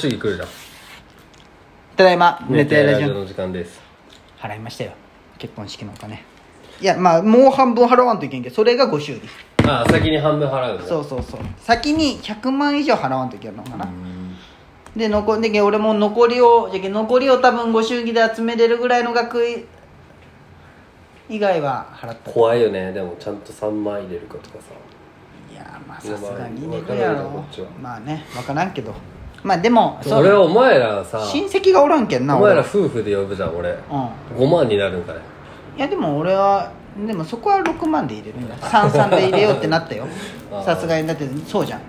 次来るじゃんただいま寝てラジオの時間です払いましたよ結婚式のお金いやまあもう半分払わんといけんけどそれがご祝儀あ先に半分払うんだそうそうそう先に100万以上払わんといけんのかなで残で俺も残りをじゃけ残りを多分ご祝儀で集めれるぐらいの額い以外は払った怖いよねでもちゃんと3万入れるかとかさいやまあさすがにねわからんやわころっちはまあね分からんけどまあでもそう俺お前らさ親戚がおらんけんなお前ら俺夫婦で呼ぶじゃん俺うん5万になるんかねいやでも俺はでもそこは6万で入れるんだ33で入れようってなったよあーさすがにだってそうじゃん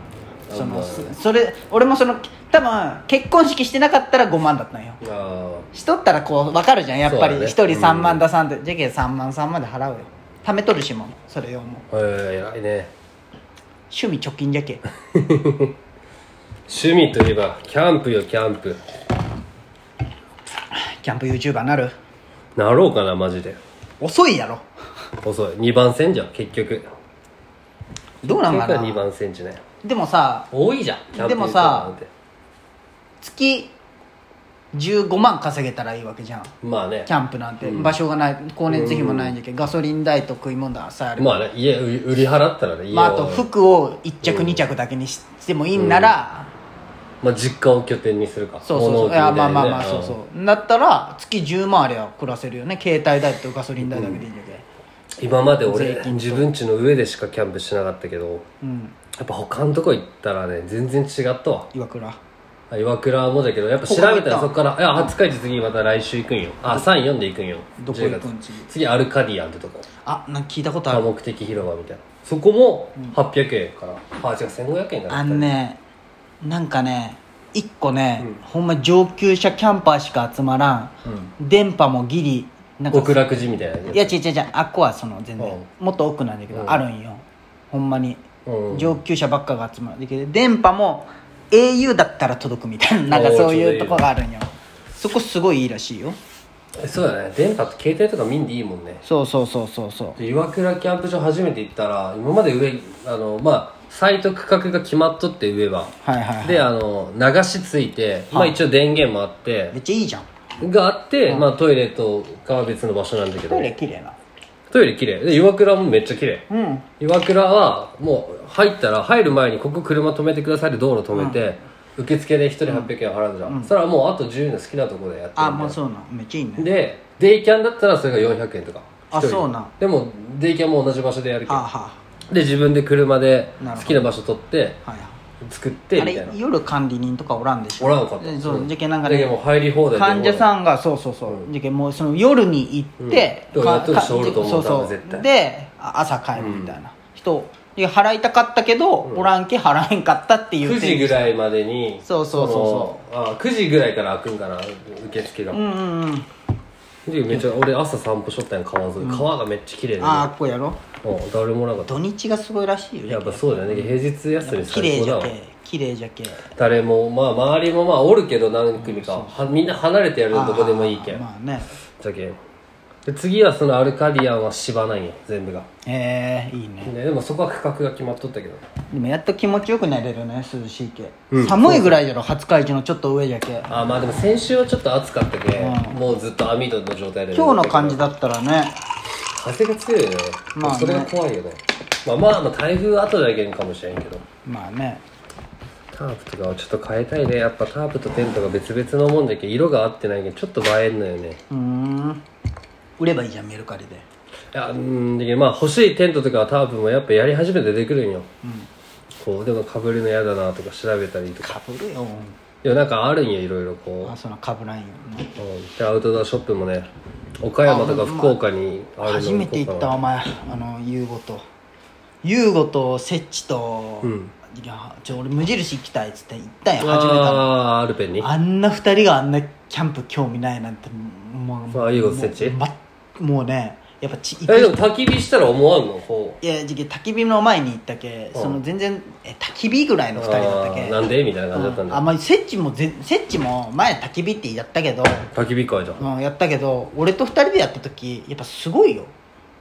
そまのあそそれ俺もその多分結婚式してなかったら5万だったんよあしとったらこう分かるじゃんやっぱりそうだ1ね人3万出さんでじゃけ3万3万で払うよ貯めとるしもそれをもうあええ偉いね趣味貯金じゃけ趣味といえばキャンプよキャンプキャンプ YouTuber なるなろうかなマジで遅いやろ遅い2番線じゃん結局どうなんか結局は2な番線じゃねでもさ多いじゃんキャンプでもさ行くなんて月15万稼げたらいいわけじゃんまあねキャンプなんて場所がない光熱費もないんじゃけどガソリン代と食い物ださえあるまあね家売り売り払ったらね家を、まああと服を1着2着だけにしてもいいんならまあ実家を拠点にするかそうそうそう物置いみたいにやねまあまあまあんそうそうだったら月10万ありゃ暮らせるよね携帯代とガソリン代だけでいいんじゃけ今まで俺税金と自分家の上でしかキャンプしなかったけどうんやっぱ他のとこ行ったらね全然違ったわ岩倉あ岩倉もだけどやっぱ調べたらそこからいや20日次また来週行くんよあ34で行くんよどこ行くん10月次次アルカディアンってとこあなんか聞いたことあ多る目的広場みたいなそこも800円から、あ違う1500円かなあのねなんかね一個ね、ほんま上級者キャンパーしか集まらん、電波もギリなんか極楽寺みたいないや違う違う違うあっこはその全然、もっと奥なんだけど、うんあるんよほんまに、うん上級者ばっかが集まるだけで電波も au だったら届くみたいななんかおーそうちいうょうどいいねとこがあるんよそこすごいいいらしいよそうだね電波と携帯とか見んでいいもんねそうそうそうそうそうで岩倉キャンプ場初めて行ったら今まで上あのまあサイト区画が決まっとって上ははいはい、はい、であの流しついて、まあ、一応電源もあってめっちゃいいじゃんがあって、まあ、トイレとかは別の場所なんだけどトイレ綺麗なトイレ綺麗で岩倉もめっちゃ綺麗うん岩倉はもう入ったら入る前にここ車止めてくださいで道路止めて、受付で1人800円払うじゃん、それはもうあと自由の好きなところでやってるあんだもようそうなんめっちゃいいねでデイキャンだったらそれが400円とかあ一人そうなんでもデイキャンも同じ場所でやるけあどははで自分で車でなるほど好きな場所取ってはいはい作ってあみたいれな夜管理人とかおらんでしょおらんかったでそううんじゃけなんかだけどもねう入り放題患者さんがそうそうそう、じゃけもうその夜に行って、うんでもかやっとる人おると思うそ多う分そ絶う対であ朝帰るみたいな、人で払いたかったけど、おらんけ払えんかったっていう9時ぐいらいまでにそうそうそううあ9時ぐらいから開くんかな受付が、うんうんうんでめっちゃ俺朝散歩しとったんや川沿い、川がめっちゃ綺麗で、ね、ああこうやろうん誰もなかった土日がすごいらしいよやっぱそうだよね平日休み綺麗最高じだゃわけ綺麗じゃけ誰もまあ周りもまあおるけど何組か、はみんな離れてやるどこでもいいけんあーまあねじゃけんで次はそのアルカディアンは芝ないんよ全部が、ええいいねね、でもそこは区画が決まっとったけどでもやっと気持ちよくなれるね涼しいけ、うん寒いぐらいじゃろ初会場のちょっと上じゃけあーまあでも先週はちょっと暑かったけ、うんもうずっと網戸の状態で今日の感じだったらね風が強いよね,、まあねそれが怖いよねまあまあまあ台風後だけんかもしれんけどまあねタープとかをちょっと変えたいねやっぱタープとテントが別々のもんじゃけ色が合ってないけどちょっと映えんのよねうーん売ればいいじゃんメルカリでいやうんだけどまあ欲しいテントとかタープもやっぱやり始めて出てくるんよ、こうでもかぶるの嫌だなとか調べたりとかかぶるよいやなんかあるんよいろいろこあそのかぶらんよ、ね、う、うんでアウトドアショップもね岡山とか福岡にあるの初めて行ったわお前あの優吾と優吾とセッチと、んいやちょ俺無印行きたいっつって行ったんよあ初めてああーアルペンにのあんな二人があんなキャンプ興味ないなんてもうまあ優吾とセッチもうまもうねやっぱち行えくでも焚き火したら思わんのこういやじゃけ焚き火の前に行ったけその全然え焚き火ぐらいの二人だったあけーなんでみたいな感じだったんあだまあセッチもぜセッチも前焚き火ってやったけど、焚き火会じゃんうん、やったけど俺と二人でやった時やっぱすごいよ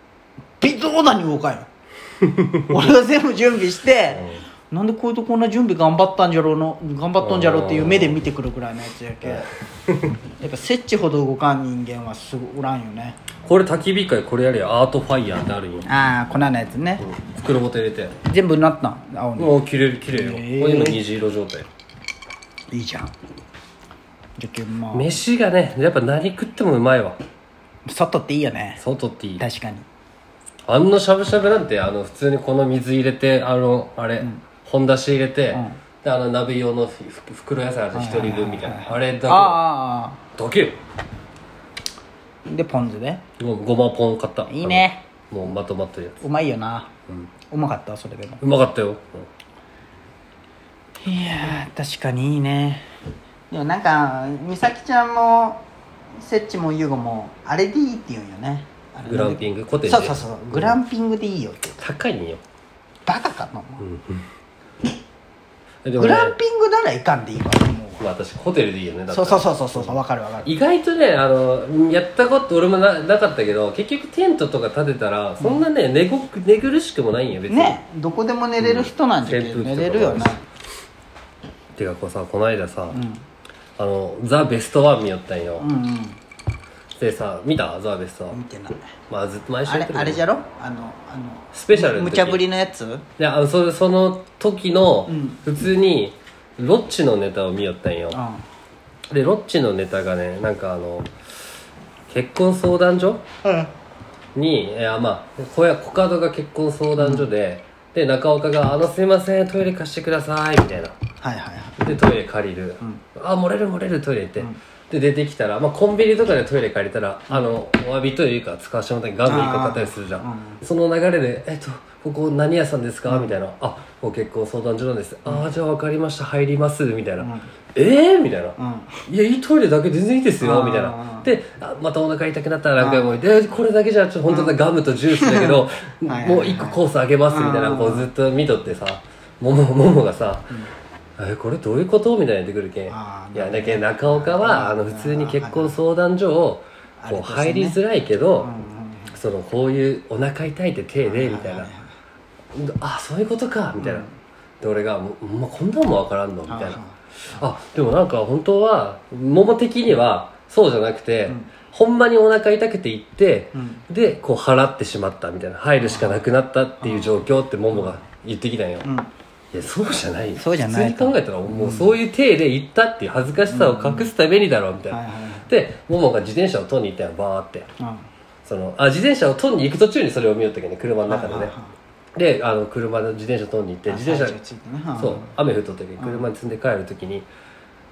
微動だに動かんよ俺が全部準備して、なんでこういうとこんな準備頑張ったんじゃろうの頑張っとんじゃろうっていう目で見てくるぐらいのやつやけや っぱ設置ほど動かん人間はすごおらんよねこれ焚き火会これやりゃアートファイヤーってあるよああ粉のやつね、袋ごと入れて全部なったん青に、もう切れる切れるよ、へーこういうの虹色状態いいじゃんじゃけんま飯がねやっぱ何食ってもうまいわあ外っていいよね外っていい確かにあんなしゃぶしゃぶなんてあの普通にこの水入れてあのあれ、本出し入れて、であの鍋用のふふ袋野菜ある一人分みたいなあれあだああけだけよあでポン酢でごごまポン買ったいいねあのもうまとまってるやうまいよな、うまかったそれでもつうまかったよ、うんいやー確かにいいねでもなんか美咲ちゃんもセッチもユーゴもあれでいいって言うんよねあれグランピングコテージそうそうそうグランピングでいいよって高いんよバカかと思う、えでもグねランピングならいかんでいいわと思うわまあ私ホテルでいいよねだったそうらそうそうそうそう分かる分かる意外とねあのやったこと俺もななかったけど結局テントとか立てたらそんなね、寝ご寝苦しくもないんよ別にねどこでも寝れる人なんじゃけど、うん扇風寝機とかれるよなてかこうさこの間さ、んあの「ザ・ベストワン見よったんよ、うんうんでさ見たザ・ベストワ見ンてないまあずっと毎週あれやってるあれじゃろろあのあのスペシャルの時むちゃぶりのやつであのそその時のうん普通にロッチのネタを見よったんよ、うでロッチのネタがねなんかあの結婚相談所んうんに、えーまあ、小屋、コカドが結婚相談所で、で、中岡が、あの、すいません、トイレ貸してください、みたいな。はいはいはいで、トイレ借りる。あ、漏れる漏れる、トイレ行って。で、出てきたら、まあ、コンビニとかでトイレ借りたら、あの、お詫びというか、使わせてもらったり、ガムにかかったりするじゃん。その流れで、えっと、ここ何屋さんですかみたいな。あ、ご結婚相談所なんです。ああ、じゃあ分かりました、入ります、みたいな。ええみたいな。いや、いいトイレだけ全然いいですよ、みたいな。であまたお腹痛くなったら何回もでこれだけじゃちょっと本当だガムとジュースだけどいはいはいもう一個コースあげますみたいなこうずっと見とってさももももがさ「えこれどういうこと?」みたいに言ってくるけんいあーやだけん中岡はあの普通に結婚相談所をあこうあれ入でりすづらいけどうんうんそのこういうお腹痛いって手でみたいな「あそういうことか」みたいなで俺が「もうまこんなんもわからんの?」みたいな。あでもなんか本当は桃的にはそうじゃなくて、ほんまにお腹痛くて行って、うでこう払ってしまったみたいな入るしかなくなったっていう状況って桃が言ってきたんよ、うんいやそうじゃないよそうじゃない普通に考えたらもうそういう体で行ったっていう恥ずかしさを隠すためにだろうみたいな、はいはいはいで桃が自転車を取りに行ったんよバーってうんそのあ自転車を取りに行く途中にそれを見よったけどね車の中でね、はいはいはであの車の自転車取りに行って自転車あ最中ついてねそう雨降っとった時に車に積んで帰る時に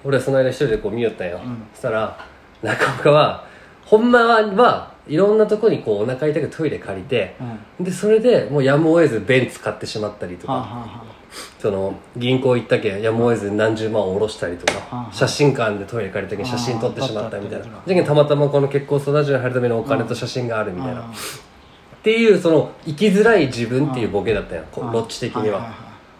俺はその間一人でこう見よったんよ、そしたら中岡はほんまはいろんなとこにこうお腹痛くトイレ借りて、でそれでもうやむを得ずベンツ買ってしまったりとか、はあはあその銀行行ったけんやむを得ず何十万を下ろしたりとはかあ写真館でトイレ借りたけん写真撮ってしまったみたいなああじゃけんたまたまこの結婚相談所に入るためのお金と写真があるみたいなっていうその生きづらい自分っていうボケだったよこうロッチ的にはいはいはは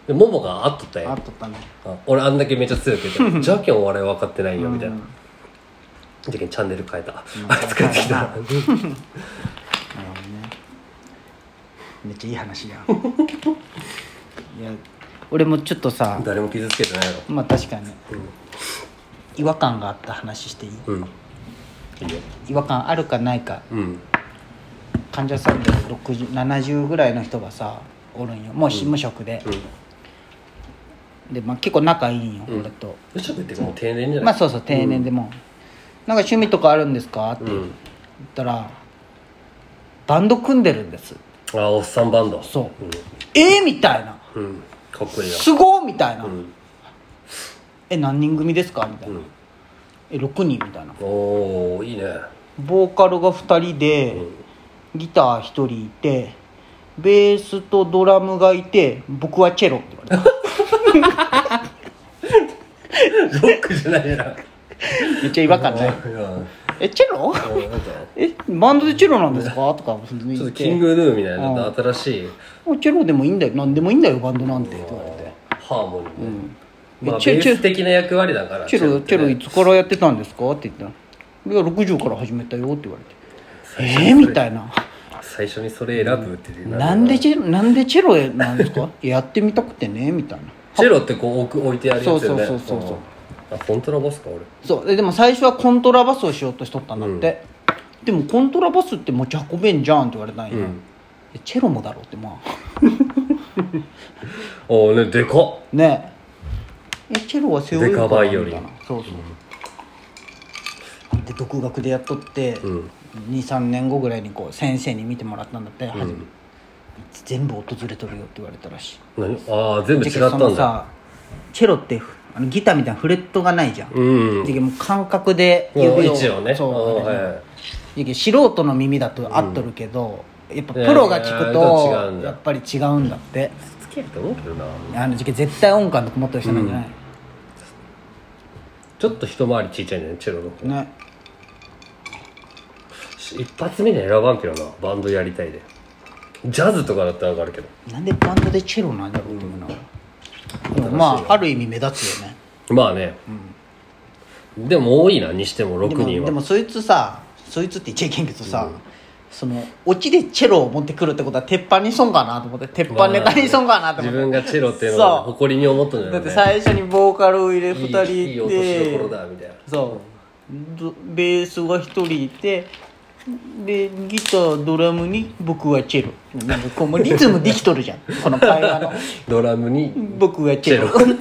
でももがあっとったいよあっとったねあ俺あんだけめっちゃ強く 言ってたじゃけんお笑い分かってないよみたいな、じゃけんチャンネル変えた、あいつ帰ってきたなるほどねめっちゃいい話やんいや俺もちょっとさ 誰も傷つけてないやまあ確かに違和感があった話していいろうんいいよ違和感あるかないかうん患者さんで60 70ぐらいの人がさおるんよもうし無職で、で、まあ、結構仲いいんよ、俺と無職ってかもう定年じゃなまあい、そうそう定年でもう、なんか趣味とかあるんですか?」ってう言っんたら「バンド組んでるんですあおっさんバンド」そう「ええー!」みたいなうん、うん、かっこい「いなすごっ!」みたいな「んえ何人組ですか?」みたいな「うんえ6人」みたいなおおいいねボーカルが2人で、ギター1人いてベースとドラムがいて僕はチェロって言われたロックじゃないな めっちゃ違和感ないうんうんえチェロなんかえバンドでチェロなんですかとか普通にちょ言っとっキンてグヌーみたいななんか新しい「チェロでもいいんだよ何でもいいんだよバンドなんて」って言われてハーモニー、ねまあ、チェベチェース的な役割だからチェロ、っチてェロねいつからやってたんですかって言ったら「いや60から始めたよ」って言われて「えー、みたいな最初にそれ選ぶって「いうのはなんでチェロなんでチェロなんですか? 」「やってみたくてね」みたいなチェロってこう置く置いてあるやつよねそうそうそうそううんあ本当のボスか俺そうででも最初はコントラバスをしようとしとったんだって、でもコントラバスって持ち運べんじゃんって言われたんや、うんでチェロもだろうってまあ ああねでかっねええチェロは背負いデカバイオリンそうそう、で独学でやっとって、うん23年後ぐらいにこう先生に見てもらったんだって、はじめ全部訪れとるよって言われたらしい何ああ全部違っじたゃあんそのださチェロってあのギターみたいなフレットがないじゃん、うんじゃあもう感覚でうん指位を置をねそううんあれじゃんはいじゃあ素人の耳だと合っとるけど、やっぱプロが聞くいやいや違うとんだやっぱり違うんだって、つけると思うけどなあの時期絶対音感とか持ってる人なんじゃない、ちょっと一回りちいちゃいねチェロの方ね一発目に選ばんけどなバンドやりたいでジャズとかだったら分かるけどなんでバンドでチェロなんだろうって思うな、でもまあある意味目立つよねまあね、でも多いなにしてもで6も人はでもそいつさそいつって言っちゃいけんけどさ、そのオチでチェロを持ってくるってことは鉄板に損かなと思って鉄板ネタに損かなと思って、自分がチェロっていうのをそう誇りに思ったんじゃなだいって最初にボーカルを入れい2い人いていい落としどころだみたいなそうどベースが1人いてでギタードラムに僕はチェロなんかこうもうリズムできとるじゃんこの会話のドラムに僕はチェロ絶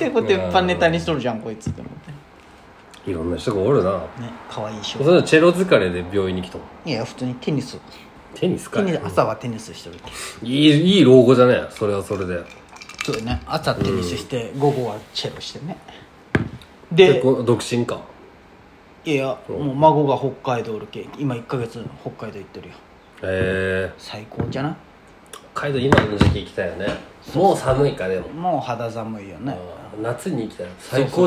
対こう鉄板ネタにしとるじゃんこいつって思っていろんな人がおるなね可愛いしそのチェロ疲れで病院に来たもんいや普通にテニステニスかテいニス朝はテニスしてるっていいいい老後じゃねえそれはそれでそうよね朝テニスして、午後はチェロしてねででこの独身かいやもう孫が北海道おるけ今1ヶ月北海道行ってるよええ最高じゃない北海道今の時期行きたいよねもう寒いかでももう肌寒いよねあー夏に行きたい最高